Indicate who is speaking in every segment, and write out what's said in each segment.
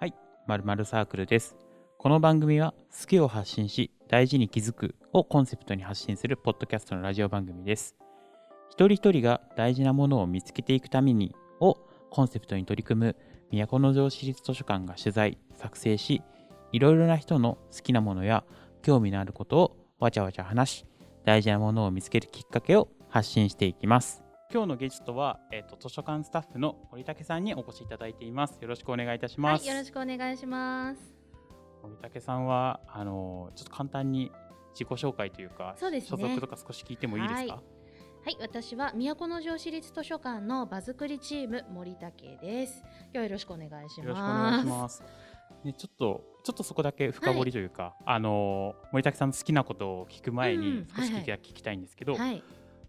Speaker 1: はい、まるまるサークルです。この番組は好きを発信し大事に気づくをコンセプトに発信するポッドキャストのラジオ番組です。一人一人が大事なものを見つけていくためにをコンセプトに取り組む都城市立図書館が取材作成しいろいろな人の好きなものや興味のあることをわちゃわちゃ話し大事なものを見つけるきっかけを発信していきます今日のゲストは、えっと図書館スタッフの堀武さんにお越しいただいていますよろしくお願いいたし
Speaker 2: は
Speaker 1: ます、
Speaker 2: い、よろしくお願いします。
Speaker 1: 堀武さんはあのちょっと簡単に自己紹介というか
Speaker 2: そうです
Speaker 1: 所
Speaker 2: ね
Speaker 1: 属と。か少し聞いてもいいですか
Speaker 2: ははい、私は都城市立図書館の場作りチーム森武です。今日はよろしくお願いします。
Speaker 1: よろしくお願いします。ね、ちょっと、ちょっとそこだけ深掘りというか、あのー森崎さんの好きなことを聞く前
Speaker 2: う
Speaker 1: に
Speaker 2: ん、
Speaker 1: 少し聞
Speaker 2: はい
Speaker 1: き,、
Speaker 2: は
Speaker 1: 聞きたいんですけど、
Speaker 2: はい、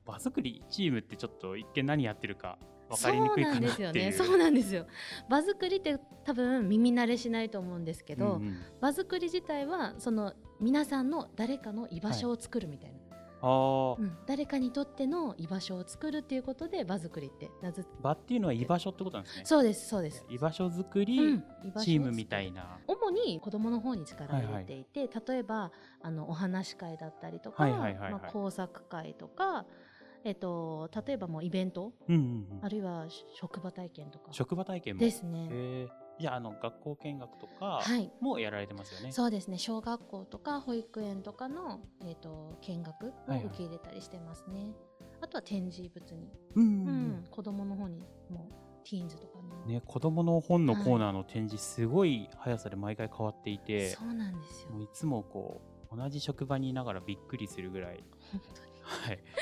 Speaker 1: 場作りチームってちょっと一見何やってるか分かりにくいかなっていう。
Speaker 2: そうなんですよね。そうなんですよ。場作りって多分耳慣れしないと思うんですけど、
Speaker 1: うんうん
Speaker 2: 場作り自体はその皆さんの誰かの居場所を作るみたいな、
Speaker 1: あー
Speaker 2: うん誰かにとっての居場所を作るっていうことで場作りって名付
Speaker 1: 場っていうのは居場所ってことなんですね。
Speaker 2: そうですそうです。
Speaker 1: 居場所作り、
Speaker 2: うん居場所を作る
Speaker 1: チームみたいな。
Speaker 2: 主に子どもの方に力を入れていて、例えばあのお話し会だったりとか、
Speaker 1: はいはいはいはい
Speaker 2: まあ、工作会とか、えっと、例えばもうイベント
Speaker 1: うんうんう
Speaker 2: あ
Speaker 1: ん、
Speaker 2: るいはし職場体験とか
Speaker 1: 職場体験も。
Speaker 2: ですね。
Speaker 1: へーじゃあ、あの学校見学とか
Speaker 2: はい
Speaker 1: もやられてますよね。
Speaker 2: そうですね小学校とか保育園とかの、えっと見学
Speaker 1: はいは
Speaker 2: を
Speaker 1: い
Speaker 2: 受け入れたりしてますね、あとは展示物に、
Speaker 1: うん
Speaker 2: う
Speaker 1: うんんうん
Speaker 2: 子どもの方にもティーンズとかにも、
Speaker 1: ね、子供の本のコーナーの展示、すごい速さで毎回変わっていて、
Speaker 2: そうなんですよ
Speaker 1: もういつもこう、同じ職場にいながらびっくりするぐらい、
Speaker 2: 本当に
Speaker 1: はい、あ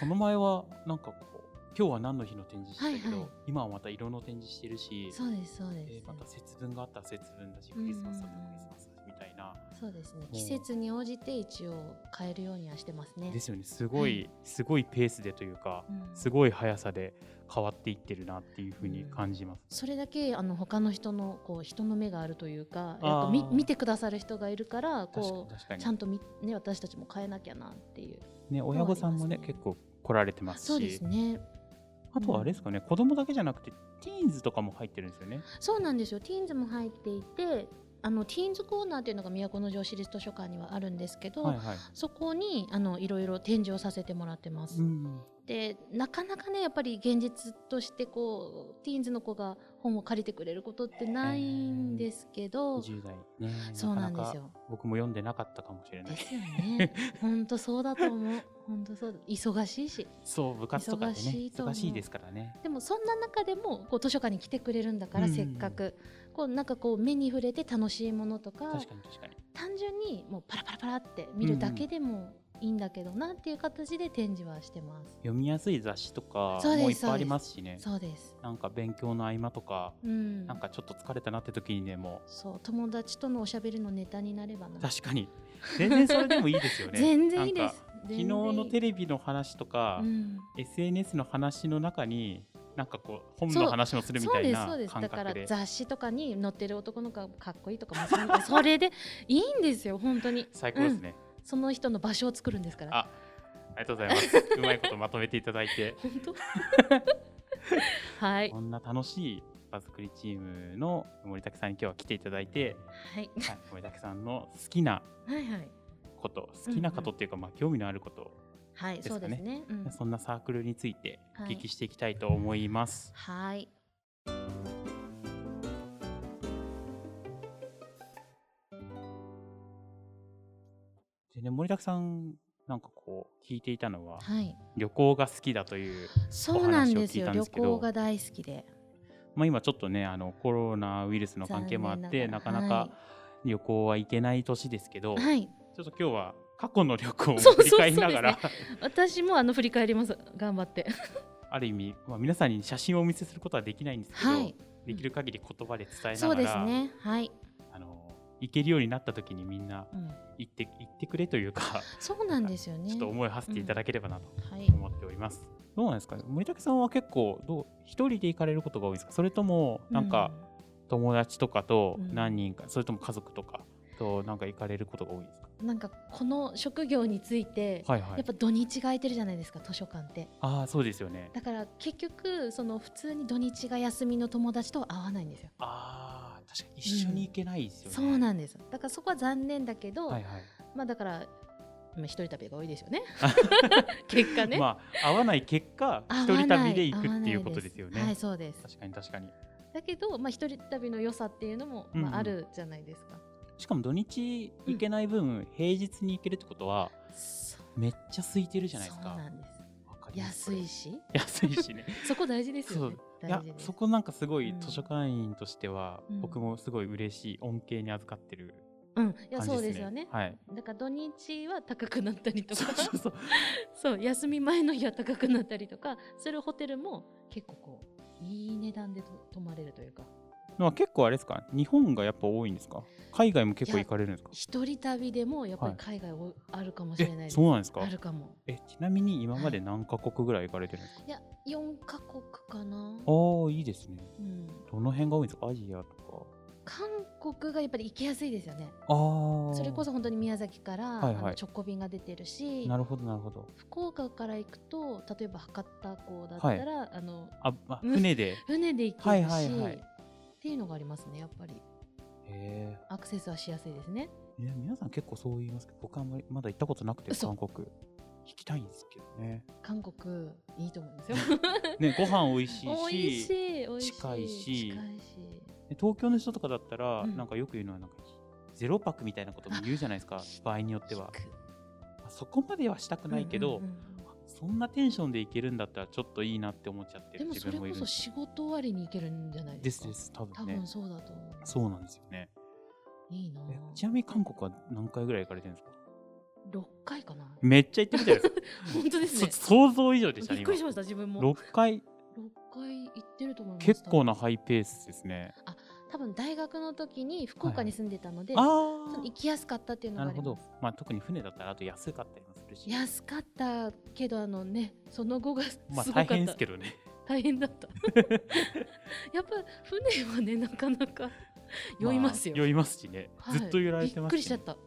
Speaker 1: この前はなんかこう、今日は何の日の展示してたけど、
Speaker 2: はいはい
Speaker 1: 今はまた色の展示してるし、
Speaker 2: そうですそうです、
Speaker 1: えーまた節分があったら節分だし、クリスマスだったらクリスマスだしみたいな、
Speaker 2: そうですね
Speaker 1: う
Speaker 2: 季節に応じて一応変えるようにはしてますね
Speaker 1: ですよね、すごい、すごいペースでというか、
Speaker 2: うん
Speaker 1: すごい速さで変わっていってるなっていうふうに感じます。
Speaker 2: それだけあの他の人のこう人の目があるというか
Speaker 1: あー
Speaker 2: やっぱ見見てくださる人がいるから
Speaker 1: 確かに
Speaker 2: こ
Speaker 1: 確か
Speaker 2: う
Speaker 1: に
Speaker 2: ちゃんとみ、ね、私たちも変えなきゃなっていう
Speaker 1: ね、親御さんもね
Speaker 2: そうありますね
Speaker 1: 結構来られてますし
Speaker 2: そうですね
Speaker 1: あとはあれですかね、子供だけじゃなくて、ティーンズとかも入ってるんですよね。
Speaker 2: そうなんですよティーンズも入っていてあのティーンズコーナーっていうのが都城市立図書館にはあるんですけど、
Speaker 1: はいはい。
Speaker 2: そこにあのいろいろ展示をさせてもらってます、
Speaker 1: ん、
Speaker 2: でなかなかねやっぱり現実としてこうティーンズの子が本を借りてくれることってないんですけど、
Speaker 1: 10代ね。
Speaker 2: そうなんで
Speaker 1: か
Speaker 2: す
Speaker 1: か
Speaker 2: よ
Speaker 1: 僕も読んでなかったかもしれな
Speaker 2: で
Speaker 1: い。
Speaker 2: すよ ね。本当そうだと思う。本当そうだ。忙しいし。
Speaker 1: そう、部活とかでね、忙
Speaker 2: 忙し
Speaker 1: し
Speaker 2: いと思う
Speaker 1: いですからね。
Speaker 2: でもそんな中でもこう図書館に来てくれるんだから
Speaker 1: うん
Speaker 2: せっかく、こうなんかこう目に触れて楽しいものとか
Speaker 1: 確かに確かに。
Speaker 2: 単純にもうパラパラパラって見るだけでもいいんだけどなっていう形で展示はしてます。
Speaker 1: 読みやすい雑誌とか
Speaker 2: そうです
Speaker 1: もいっぱいありますしね。
Speaker 2: そうです。
Speaker 1: なんか勉強の合間とか、
Speaker 2: うん。
Speaker 1: なんかちょっと疲れたなって時にでも、
Speaker 2: そう友達とのおしゃべりのネタになればな。
Speaker 1: 確かに、全然それでもいいですよね。
Speaker 2: 全然いいで
Speaker 1: なん
Speaker 2: す
Speaker 1: か。昨日のテレビの話とか、
Speaker 2: ビうん、
Speaker 1: SNS の話の中に、なんかこう、本
Speaker 2: そ
Speaker 1: の
Speaker 2: う
Speaker 1: 話もするみ
Speaker 2: そ
Speaker 1: た
Speaker 2: う
Speaker 1: い
Speaker 2: です
Speaker 1: な
Speaker 2: そうです
Speaker 1: 感
Speaker 2: だから
Speaker 1: 覚で。
Speaker 2: 雑誌とかに載ってる男の子がかっこいいとかもそ んそれでいいんですよ本当に
Speaker 1: 最高ですね。
Speaker 2: うんその人の場所を作るんですから
Speaker 1: あありがとうございます。うまいことまとめていただいて、
Speaker 2: 本当 はい
Speaker 1: こんな楽しい場作りチームの森竹さんに今日は来ていただいて、
Speaker 2: はい
Speaker 1: はい、森竹さんの好きな
Speaker 2: はいはい
Speaker 1: こと、好きなことっていうか、まあ興味のあること、
Speaker 2: はい
Speaker 1: です
Speaker 2: そ
Speaker 1: かね
Speaker 2: うですねうん
Speaker 1: そんなサークルについてお
Speaker 2: はい
Speaker 1: 聞きしていきたいと思います。
Speaker 2: はい
Speaker 1: でね、森竹さんなんかこう聞いていたのは
Speaker 2: はい
Speaker 1: 旅行が好きだという、
Speaker 2: そうなんです
Speaker 1: お話を聞いたんで
Speaker 2: よ旅
Speaker 1: すけど
Speaker 2: 行が大好きで
Speaker 1: まあ今ちょっとねあのコロナウイルスの関係もあって
Speaker 2: 残念
Speaker 1: な
Speaker 2: な
Speaker 1: か
Speaker 2: がら
Speaker 1: なか旅行は行けない年ですけど、
Speaker 2: は
Speaker 1: ち
Speaker 2: い
Speaker 1: ょっと今日は過去の旅行を
Speaker 2: そう
Speaker 1: 振り返りながら
Speaker 2: そう私もあの振り返ります頑 張って
Speaker 1: ある意味、まあ、皆さんに写真をお見せすることはできないんですけど、
Speaker 2: はい
Speaker 1: できる限り言葉で伝えな
Speaker 2: そう
Speaker 1: が
Speaker 2: です
Speaker 1: ら、
Speaker 2: ねはい
Speaker 1: あの行けるようになった時にみんな
Speaker 2: うん
Speaker 1: 行って行ってくれというか、
Speaker 2: そうなんですよね
Speaker 1: ちょっと思いを馳せていただければなと
Speaker 2: はい
Speaker 1: 思っております。どうなんですかね森竹さんは結構どう一人で行かれることが多いですかそれともなんか友達とかと
Speaker 2: うん
Speaker 1: 何人か、それとも家族とかとなんか行かれることが多いですか、
Speaker 2: うんなんかこの職業について
Speaker 1: はいは
Speaker 2: やっ
Speaker 1: い、
Speaker 2: ぱ土日が空いてるじゃないですか図書館って
Speaker 1: ああそうですよね。
Speaker 2: だから結局その普通に土日が休みの友達とは会わないんですよ
Speaker 1: ああ確かに一緒に行けないですよね。
Speaker 2: そうなんですだからそこは残念だけど、
Speaker 1: はいはい。
Speaker 2: まあだからまあ一人旅が多いです よね結果ね、
Speaker 1: まあ、合わない結果、一
Speaker 2: 合わ
Speaker 1: 人
Speaker 2: ない
Speaker 1: 旅で行く
Speaker 2: 合わ
Speaker 1: っ
Speaker 2: な
Speaker 1: ていうことですよね。
Speaker 2: はいそうです
Speaker 1: 確かに確かに。
Speaker 2: だけど、まあ、一人旅の良さっていうのも、
Speaker 1: うんうん
Speaker 2: まあ、あるじゃないですか、
Speaker 1: しかも土日行けない分、平日に行けるってことは、
Speaker 2: そう
Speaker 1: めっちゃ空いてるじゃないです
Speaker 2: そう
Speaker 1: か。
Speaker 2: なんです
Speaker 1: わかります
Speaker 2: 安いし
Speaker 1: 安いしね。
Speaker 2: そこ 大事ですよね
Speaker 1: い
Speaker 2: 大
Speaker 1: や
Speaker 2: 事です
Speaker 1: そこなんかすごい
Speaker 2: うん
Speaker 1: 図書館員としては、
Speaker 2: うん
Speaker 1: 僕もすごい嬉しい恩恵に預かってる
Speaker 2: うんい
Speaker 1: 感じで
Speaker 2: や
Speaker 1: すね。
Speaker 2: そうですよね、
Speaker 1: はい。
Speaker 2: だから土日は高くなったりと
Speaker 1: そ
Speaker 2: か
Speaker 1: うそうそう。
Speaker 2: そう休み前の日は高くなったりとかするホテルも結構こういい値段でと泊まれるというか
Speaker 1: まあ結構あれですか。日本がやっぱ多いんですか。海外も結構行かれるんですか。
Speaker 2: 一人旅でもやっぱり
Speaker 1: は
Speaker 2: 海外お、あるかもしれない
Speaker 1: え、
Speaker 2: です
Speaker 1: そうなんですか
Speaker 2: あ。るかも
Speaker 1: え、ちなみに今まで何カ国ぐらい行かれてるんですか。
Speaker 2: いや4カ国かな、
Speaker 1: ああ、いいですね。
Speaker 2: うん、
Speaker 1: どの辺が多いんですか。アジアとか。
Speaker 2: 韓国がやっぱり行きやすいですよね
Speaker 1: ああ。
Speaker 2: それ
Speaker 1: そ。
Speaker 2: こそ本当に宮崎から、
Speaker 1: はいはい
Speaker 2: あの直行便が出てるし
Speaker 1: なるほどなるほど。
Speaker 2: 福岡から行くと例えば博多港だったら、あの
Speaker 1: あ、まあ
Speaker 2: うん
Speaker 1: 船で。
Speaker 2: 船で行けるし、
Speaker 1: はいはいはい
Speaker 2: っていうのがありますねやっぱり
Speaker 1: へー
Speaker 2: アクセスはしやすいですね
Speaker 1: え。皆さん結構そう言いますけど、僕はあんまりまだ行ったことなくて
Speaker 2: 嘘
Speaker 1: 韓国行きたいんですけどね。
Speaker 2: 韓国いいと思いますよ
Speaker 1: ね、ご飯美味しいし。
Speaker 2: 美味しい美味しい
Speaker 1: 近いし
Speaker 2: 近いし
Speaker 1: で東京の人とかだったら、
Speaker 2: うん
Speaker 1: なんかよく言うのはなんかゼロ泊みたいなことも言うじゃないですか場合によっては
Speaker 2: 聞
Speaker 1: そこまではしたく
Speaker 2: く
Speaker 1: ないけど、
Speaker 2: うんうんうん
Speaker 1: そんなテンションでいけるんだったらちょっといいなって思っちゃって
Speaker 2: で
Speaker 1: る
Speaker 2: も
Speaker 1: 自
Speaker 2: それ
Speaker 1: 分もい
Speaker 2: こ
Speaker 1: るん
Speaker 2: そ
Speaker 1: です
Speaker 2: 仕事終わりに行けるんじゃないで
Speaker 1: ですす
Speaker 2: か
Speaker 1: です多
Speaker 2: 多
Speaker 1: 分ね
Speaker 2: 分そうだと思う
Speaker 1: そうなんですよね
Speaker 2: いいな
Speaker 1: えちなみに韓国は何回ぐらい行かれてるんですか
Speaker 2: 6回かな
Speaker 1: めっちゃ行ってみたいです
Speaker 2: 本当ですね
Speaker 1: そ想像以上でしたね
Speaker 2: びっくりしまし
Speaker 1: た
Speaker 2: た自分も
Speaker 1: 6回
Speaker 2: 六回行ってると思います
Speaker 1: 結構
Speaker 2: な
Speaker 1: なハイペースですね
Speaker 2: 多分大学の時に福岡に住んでたので、
Speaker 1: あ
Speaker 2: その行
Speaker 1: ー
Speaker 2: きやすかったっていうの
Speaker 1: な
Speaker 2: が
Speaker 1: る
Speaker 2: あり
Speaker 1: ほ
Speaker 2: ま
Speaker 1: ど
Speaker 2: す、
Speaker 1: まあ、特に船だったらあと安かったりもするし
Speaker 2: 安かったけどあのねその後がす
Speaker 1: ま
Speaker 2: ごか
Speaker 1: あ
Speaker 2: った、
Speaker 1: 大変ですけどね
Speaker 2: 大変だったやっぱ船はねなかなか 酔いますよ、
Speaker 1: あ酔いますしね、
Speaker 2: はい
Speaker 1: ずっと揺られてます
Speaker 2: びっくりしちゃった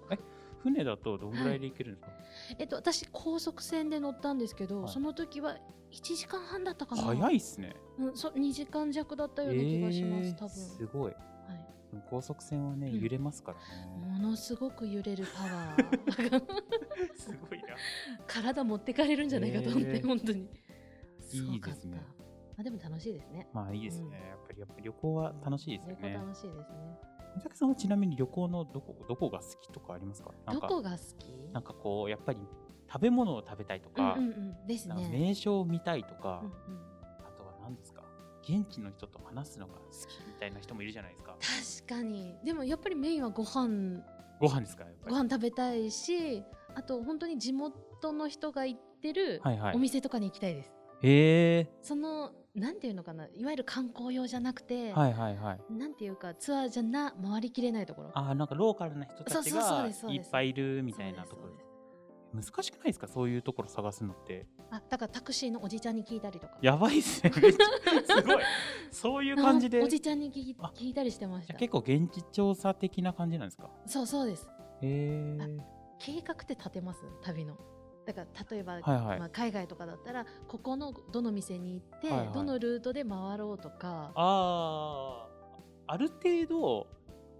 Speaker 1: 船だとどんぐらいで行けるんですか、
Speaker 2: えっと私高速船で乗ったんですけど、
Speaker 1: はい
Speaker 2: その時は1時間半だったかな
Speaker 1: 早いっすね
Speaker 2: うん、そ2時間弱だったような気がします、
Speaker 1: えー
Speaker 2: 多
Speaker 1: す
Speaker 2: 分、
Speaker 1: ごい
Speaker 2: はい、
Speaker 1: でも高速船はね、
Speaker 2: うん
Speaker 1: 揺れますからね、
Speaker 2: ものすごく揺れるパワー が
Speaker 1: すごいな
Speaker 2: 体持ってかれるんじゃないかと思って、
Speaker 1: えー
Speaker 2: 本当にす
Speaker 1: い
Speaker 2: ご
Speaker 1: い
Speaker 2: か
Speaker 1: で
Speaker 2: っ
Speaker 1: す
Speaker 2: た
Speaker 1: ね
Speaker 2: まあ、でも楽しいですね
Speaker 1: まあいいですね、やっぱりやっぱり旅行は楽しいですよ
Speaker 2: 旅
Speaker 1: ね
Speaker 2: 行楽しいですね
Speaker 1: 三崎さんはちなみに旅行のどこどこが好きとかありますかなん
Speaker 2: ど
Speaker 1: か
Speaker 2: こが好き
Speaker 1: なんかこうやっぱり食べ物を食べたいとか,、
Speaker 2: うんうんうん、です
Speaker 1: なんか
Speaker 2: ね
Speaker 1: 名所を見たいとか、
Speaker 2: うんうん、
Speaker 1: あとは何ですか現地の人と話すのが好きみたいな人もいるじゃないですか
Speaker 2: 確かにでもやっぱりメインはご飯
Speaker 1: ご飯ですかやっぱ
Speaker 2: ご
Speaker 1: り
Speaker 2: 飯食べたいしあと本当に地元の人が行ってる
Speaker 1: はいは
Speaker 2: お
Speaker 1: い
Speaker 2: 店とかに行きたいです、
Speaker 1: へ
Speaker 2: そのなんていうのかないわゆる観光用じゃなくて、
Speaker 1: えはいはいはい
Speaker 2: なんていうかツアーじゃな回りきれないところ
Speaker 1: あーなんかローカルな人たち
Speaker 2: そうそうそう
Speaker 1: が
Speaker 2: ですそう
Speaker 1: い
Speaker 2: です
Speaker 1: っぱいいるみたいなとこ
Speaker 2: そう
Speaker 1: ろ
Speaker 2: ですそう
Speaker 1: 難しくないですかそういうところ探すのって
Speaker 2: ですあだからタクシーのおじちゃんに聞いたりとか
Speaker 1: やばいっ すねめっちゃすごいそういう感じで
Speaker 2: おじちゃんに聞い
Speaker 1: あ
Speaker 2: 聞いたりしてまし
Speaker 1: じ
Speaker 2: た
Speaker 1: ゃあ結構現地調査的な感じなんですか
Speaker 2: そうそうです
Speaker 1: へえ
Speaker 2: 計画って立てます旅のだから例えば、
Speaker 1: はいはい
Speaker 2: まあ、海外とかだったらここのどの店に行って、
Speaker 1: はいはい
Speaker 2: どのルートで回ろうとか
Speaker 1: あーある程度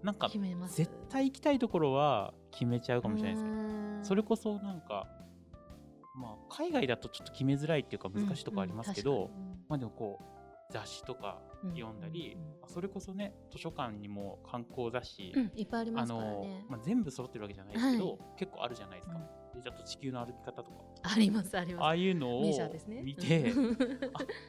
Speaker 1: なんか
Speaker 2: 決めます
Speaker 1: 絶対行きたいところは決めちゃうかもしれないですね
Speaker 2: ね
Speaker 1: それこそなんかまあ海外だとちょっと決めづらいっていうか難しいところありますけど、まあでもこう雑誌とか読んだり、
Speaker 2: うんうんうん
Speaker 1: まあそれこそね図書館にも観光雑誌、
Speaker 2: うんいっぱいありま
Speaker 1: あ
Speaker 2: すから
Speaker 1: の
Speaker 2: ね
Speaker 1: まあ、全部揃ってるわけじゃないですけど、
Speaker 2: はい
Speaker 1: 結構あるじゃないですか、であと地球の歩き方とか
Speaker 2: ありますあり
Speaker 1: あ
Speaker 2: ま
Speaker 1: あいうの
Speaker 2: す
Speaker 1: を
Speaker 2: メジャーですね
Speaker 1: 見て、
Speaker 2: うんうん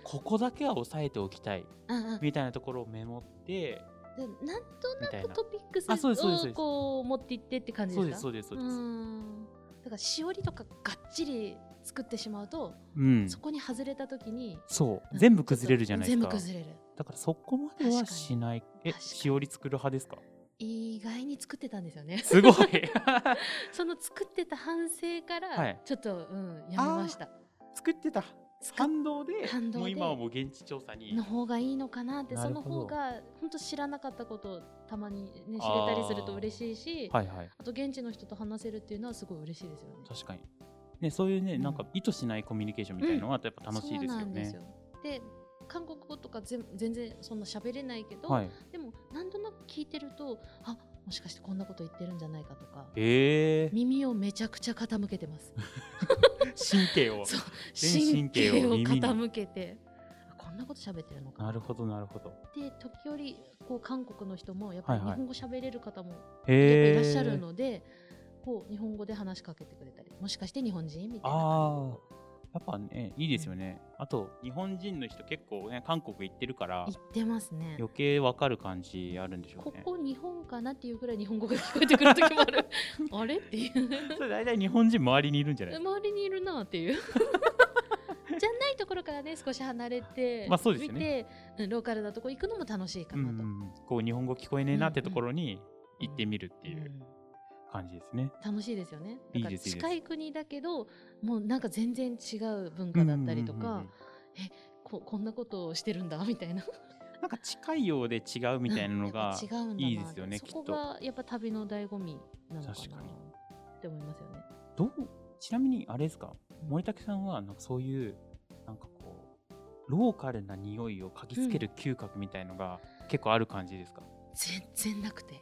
Speaker 1: ここだけは押さえておきた い
Speaker 2: うん
Speaker 1: みたいなところをメモって
Speaker 2: でなんと
Speaker 1: みた
Speaker 2: ないく
Speaker 1: な
Speaker 2: トピックス
Speaker 1: あそうですそうですそう
Speaker 2: を
Speaker 1: です
Speaker 2: こう持っていってって感じで
Speaker 1: そう
Speaker 2: す
Speaker 1: で
Speaker 2: か
Speaker 1: すそうですそうです、
Speaker 2: んだからしおりとかがっちり作ってしまうと、
Speaker 1: うん
Speaker 2: そこに外れた時に
Speaker 1: そう
Speaker 2: うん
Speaker 1: 全部崩れるじゃないです
Speaker 2: 全
Speaker 1: か
Speaker 2: 部崩れる
Speaker 1: だからそこまでは
Speaker 2: 確かに
Speaker 1: しないえ
Speaker 2: 確かに
Speaker 1: しおり作る派ですか
Speaker 2: 意外に作ってたんですよね
Speaker 1: すごい
Speaker 2: その作ってた反省か
Speaker 1: は
Speaker 2: ら
Speaker 1: い
Speaker 2: ちょっと、うんやめました
Speaker 1: 作ってた
Speaker 2: 作っ
Speaker 1: 反動で
Speaker 2: 反動で
Speaker 1: もう今はもう現地調査に
Speaker 2: の方がいいのかなって
Speaker 1: な
Speaker 2: そ
Speaker 1: る
Speaker 2: の
Speaker 1: ほど
Speaker 2: 方が本当知らなかったことをたまに、ね、知れたりすると嬉しいしあ,、
Speaker 1: はいはい
Speaker 2: と現地の人と話せるっていうのはすごい嬉しいですよね
Speaker 1: 確かに、ね、そういうね、
Speaker 2: うん
Speaker 1: なんか意図しないコミュニケーションみたいなのはやっぱ楽しいですよ
Speaker 2: そうなんで
Speaker 1: ね
Speaker 2: す。よで韓国語とか全全然そんな喋れないけど、
Speaker 1: はい、
Speaker 2: でもなんとなく聞聞いてるとあもしかしてこんなこと言ってるんじゃないかとか
Speaker 1: ええ
Speaker 2: 耳をめちゃくちゃ傾けて ます
Speaker 1: 神経を
Speaker 2: そう
Speaker 1: 全神経を耳に
Speaker 2: 神経傾けてあこんなこと喋ってるのか
Speaker 1: な
Speaker 2: な
Speaker 1: るほどなるほど
Speaker 2: で時折こう韓国の人もやっぱ
Speaker 1: はい
Speaker 2: り日
Speaker 1: はい
Speaker 2: 本語喋れる方もやっぱ
Speaker 1: へえ
Speaker 2: いらっしゃるので、こう日本語で話しかけてくれたりもしかして日本人みたいな感
Speaker 1: ああやっぱねいいですよね、あと日本人の人結構ね韓国行ってるから
Speaker 2: じで言ってますね
Speaker 1: 余計わかる感じあるんでしょう
Speaker 2: こ
Speaker 1: ね
Speaker 2: こ日本かなっていうぐらい日本語が聞こえてくる時も あるあれっていう
Speaker 1: それ大体日本人周りにいるんじゃないですか
Speaker 2: 周りにいるなっていう じゃないところからね少し離れて、
Speaker 1: まあそうですよね
Speaker 2: 見てうんローカルなとこ行くのも楽しいか
Speaker 1: うん
Speaker 2: なと、
Speaker 1: うんこう日本語聞こえねえなってところに行ってみるっていううん感じですね。
Speaker 2: 楽しいですよねだか
Speaker 1: いい
Speaker 2: ら
Speaker 1: ですいいです
Speaker 2: 近い国だけどもうなんか全然違う文化だったりとか、
Speaker 1: うんうんうん
Speaker 2: ここんなことをしてるんだみたいな
Speaker 1: うんなんか近いようで違うみたいなの
Speaker 2: や
Speaker 1: が
Speaker 2: っ ぱ違うんだない
Speaker 1: いですよね
Speaker 2: そ
Speaker 1: きっ。
Speaker 2: ことがやっぱ旅の醍醐味なのかな
Speaker 1: 確かに
Speaker 2: って思いますよね
Speaker 1: どうちなみにあれですか森竹さんはなんかそういうなんかこうローカルな匂いを嗅ぎつける嗅覚みたいのが結構ある感じですか、
Speaker 2: 全然なくて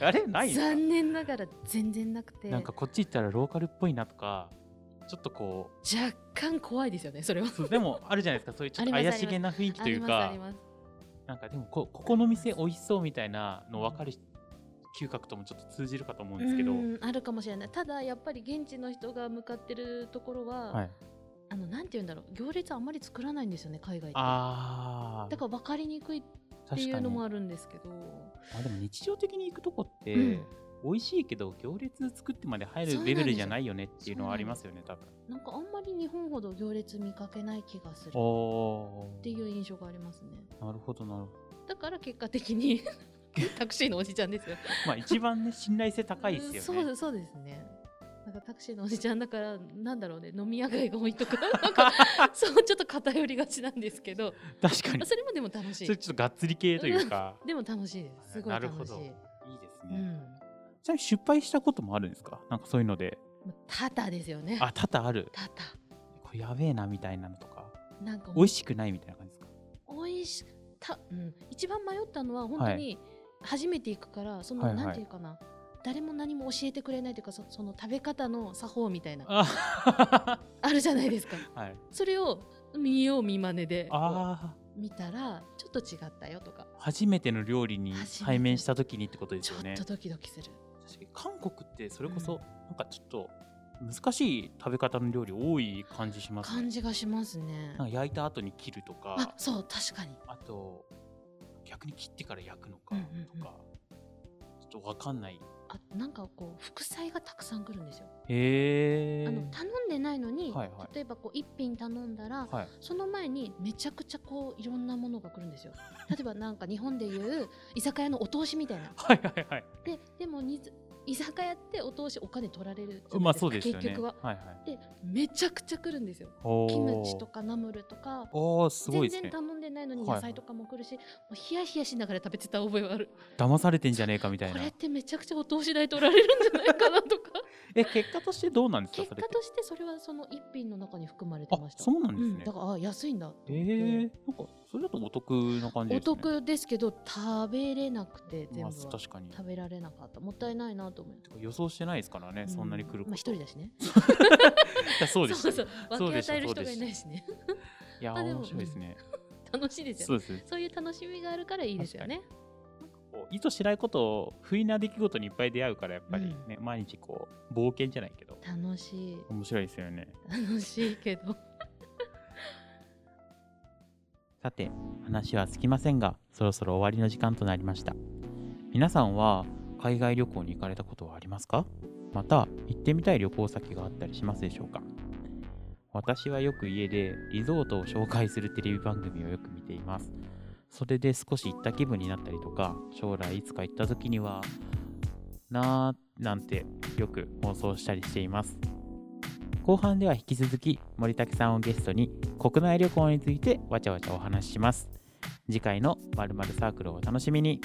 Speaker 1: あれないですか
Speaker 2: 残念ながら全然なくて
Speaker 1: なんかこっち行ったらローカルっぽいなとかちょっとこ
Speaker 2: 若干怖いですよねそれは
Speaker 1: うでもあるじゃないですかそういうちょっと
Speaker 2: ありま
Speaker 1: 怪し
Speaker 2: す
Speaker 1: げな雰囲気
Speaker 2: あ
Speaker 1: とい
Speaker 2: り
Speaker 1: う
Speaker 2: ます
Speaker 1: か
Speaker 2: あります
Speaker 1: なんかでもこここの店美味しそうみたいなの分かる嗅覚ともちょっと通じるかと思うんですけど、
Speaker 2: うんあるかもしれないただやっぱり現地の人が向かってるところは、
Speaker 1: はい、
Speaker 2: あのなんて言うんだろう行列あんまり作らないんですよね海外って
Speaker 1: あ
Speaker 2: だから分かりにくいっ
Speaker 1: あ
Speaker 2: て
Speaker 1: 確
Speaker 2: い
Speaker 1: か
Speaker 2: う
Speaker 1: に
Speaker 2: のもあるんですけど
Speaker 1: まあ、でも日常的に行くとこって、
Speaker 2: うん
Speaker 1: 美味しいけど行列作ってまで入
Speaker 2: そう
Speaker 1: る
Speaker 2: なんで
Speaker 1: レ
Speaker 2: すよ
Speaker 1: ベルじゃないよねっていうのはありますよね多分
Speaker 2: なんかあんまり日本ほど行列見かけない気がするっ
Speaker 1: お
Speaker 2: ていう印象がありますね
Speaker 1: なるほどなるほど
Speaker 2: だから結果的 にタクシーのおじちゃんですよ。
Speaker 1: まあ一番ね信頼性高いですよ
Speaker 2: う
Speaker 1: ね
Speaker 2: んそうそうですね。なんかタクシーのおじちゃんだからなんだろうね飲み屋街が多いとか なんかそうちょっと偏りがちなんですけど
Speaker 1: 確かに
Speaker 2: それもでも楽し
Speaker 1: それ
Speaker 2: い
Speaker 1: ちょっとがっつり系というか
Speaker 2: でも楽しいですすごい
Speaker 1: なる
Speaker 2: 楽
Speaker 1: ほ
Speaker 2: し
Speaker 1: ど
Speaker 2: い、
Speaker 1: いいです
Speaker 2: う
Speaker 1: ね、
Speaker 2: ん、
Speaker 1: ちなみに失敗したこともあるんですかなんかそういうので
Speaker 2: タタですよね
Speaker 1: あ多々ある
Speaker 2: タタ
Speaker 1: これやべえなみたいなのとか
Speaker 2: なんか
Speaker 1: 美味しくないみたいな感じですか
Speaker 2: おいしかった、うん、一番迷ったのは本当に初めて行くから、その、
Speaker 1: はいはい
Speaker 2: なんていうかな誰も何も教えてくれないというかそその食べ方の作法みたいな
Speaker 1: あ
Speaker 2: あるじゃないですか
Speaker 1: はい
Speaker 2: それを見よう見まねで
Speaker 1: あ
Speaker 2: 見たらちょっと違ったよとか、
Speaker 1: ー初めての料理に
Speaker 2: 初めて
Speaker 1: 対面した時にってことです
Speaker 2: ちょ
Speaker 1: よ
Speaker 2: っ
Speaker 1: ね
Speaker 2: とドキドキする
Speaker 1: 確かに韓国ってそれこ
Speaker 2: う
Speaker 1: そ
Speaker 2: ん
Speaker 1: なんかちょっと難しい食べ方の料理多い感じします
Speaker 2: 感
Speaker 1: ね
Speaker 2: じがしますね
Speaker 1: なんか焼いた後に切ると
Speaker 2: あ
Speaker 1: か
Speaker 2: そう確かに
Speaker 1: あと逆に切ってから焼くの
Speaker 2: う
Speaker 1: か
Speaker 2: んうんうん
Speaker 1: とかちょっとわかんない
Speaker 2: あなんかこう副菜がたくさん来るんですよ、
Speaker 1: へ
Speaker 2: あの
Speaker 1: え
Speaker 2: 頼んでないのに、
Speaker 1: はいはい
Speaker 2: 例えばこう一品頼んだら、
Speaker 1: はい
Speaker 2: その前にめちゃくちゃこういろんなものが来る んですよ。例えばなんか日本でいう居酒屋のお通しみたいな。
Speaker 1: はいはいはい
Speaker 2: ででもに居酒屋ってお通しお金取られるじゃないですか
Speaker 1: まあそうですよね
Speaker 2: 結局は。
Speaker 1: はいはい
Speaker 2: でめちゃくちゃ来るんですよ。
Speaker 1: おー
Speaker 2: キムチとかナムルとか。
Speaker 1: おーすごい
Speaker 2: 全
Speaker 1: です
Speaker 2: 然
Speaker 1: ね
Speaker 2: 頼んでないのに
Speaker 1: はいはい
Speaker 2: 野菜とかも来るし、もうヒヤヒヤしながら食べてた覚えはある
Speaker 1: 騙されてんじゃねえかみたい
Speaker 2: こ
Speaker 1: な
Speaker 2: れってめちゃくちゃお通し代取られるんじゃないかなと か
Speaker 1: え結果としてどうなんですか
Speaker 2: 結
Speaker 1: そ
Speaker 2: 果
Speaker 1: れって
Speaker 2: としてそれはその一品の中に含まれて
Speaker 1: あ
Speaker 2: ました
Speaker 1: そうなんで
Speaker 2: うん
Speaker 1: す
Speaker 2: だ
Speaker 1: ね
Speaker 2: からあ安いんだと
Speaker 1: え
Speaker 2: 思って
Speaker 1: えなんかそれだとお得な感じ
Speaker 2: お
Speaker 1: ですね
Speaker 2: 得ですけど食べれなくて全部
Speaker 1: ま
Speaker 2: は
Speaker 1: あ
Speaker 2: 食
Speaker 1: 確かに
Speaker 2: べられなかったもったいないなと思って
Speaker 1: 予想してないですからね、そんなに来る
Speaker 2: まあ
Speaker 1: こ
Speaker 2: 一
Speaker 1: と
Speaker 2: 人だしね
Speaker 1: いや そうです
Speaker 2: そうそう
Speaker 1: そう
Speaker 2: 分け
Speaker 1: でした
Speaker 2: 与える人がいないしね
Speaker 1: いや
Speaker 2: まあでも
Speaker 1: 面白いですね、
Speaker 2: 楽しいです
Speaker 1: そ
Speaker 2: よ
Speaker 1: うです
Speaker 2: そういう楽しみがあるからいいですよね
Speaker 1: こう意図しないことを不意な出来事にいっぱい出会うからやっぱりね、毎日こう冒険じゃないけど
Speaker 2: 楽しい
Speaker 1: 面白いですよね
Speaker 2: 楽しいけど
Speaker 1: さて話は尽きませんがそろそろ終わりの時間となりました皆さんは海外旅行に行かれたことはありますかまた行ってみたい旅行先があったりしますでしょうか私はよく家でリゾートを紹介するテレビ番組をよく見ていますそれで少し行った気分になったりとか将来いつか行った時にはなーなんてよく妄想したりしています後半では引き続き森竹さんをゲストに国内旅行についてわちゃわちゃお話しします次回の〇〇サークルをお楽しみに